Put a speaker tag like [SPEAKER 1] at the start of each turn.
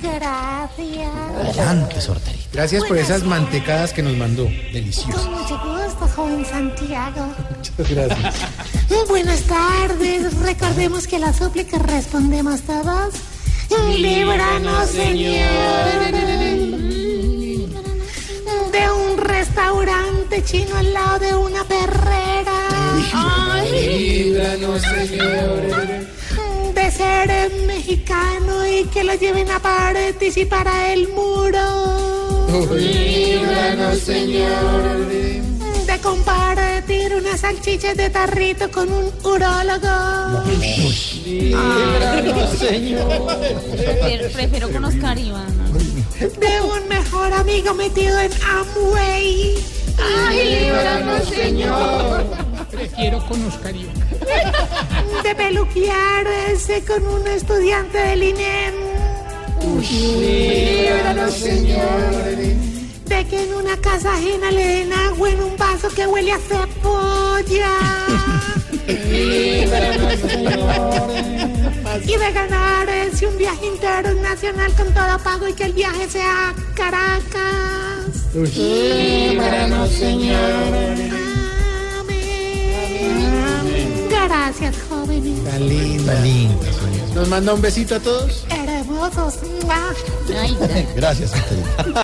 [SPEAKER 1] Gracias.
[SPEAKER 2] Tantas hortalizas.
[SPEAKER 3] Gracias por
[SPEAKER 1] Buenas.
[SPEAKER 3] esas mantecadas que nos mandó. Deliciosas.
[SPEAKER 1] Con mucho gusto, joven Santiago.
[SPEAKER 3] Muchas gracias.
[SPEAKER 1] Eh, Buenas tardes. Recordemos que la súplica respondemos todos. Líbranos, Señor. De un restaurante chino al lado de una perrera.
[SPEAKER 3] Líbranos, Señor.
[SPEAKER 1] De ser eh, mexicano y que lo lleven a participar a el muro.
[SPEAKER 3] Líbranos, Señor.
[SPEAKER 1] De compartir unas salchichas de tarrito con un urólogo.
[SPEAKER 3] Líbranos, Señor.
[SPEAKER 4] Pre- Prefiero con Oscar Iván.
[SPEAKER 1] de un mejor amigo metido en Amway. Ay, líbranos, Señor.
[SPEAKER 3] Prefiero con Oscar Iván.
[SPEAKER 1] De peluquearse con un estudiante del INEM.
[SPEAKER 3] Líbranos, Señor.
[SPEAKER 1] De que en una casa ajena le den agua en un vaso que huele a cebolla. Y de ganarse un viaje internacional con todo pago y que el viaje sea a Caracas.
[SPEAKER 3] Líbranos, Señor.
[SPEAKER 1] Amén. Gracias, jóvenes.
[SPEAKER 3] Tan linda. Tan linda. Nos manda un besito a todos.
[SPEAKER 1] Hermosos. ¡Mua!
[SPEAKER 4] Ay, gracias.
[SPEAKER 2] Gracias, Angelina.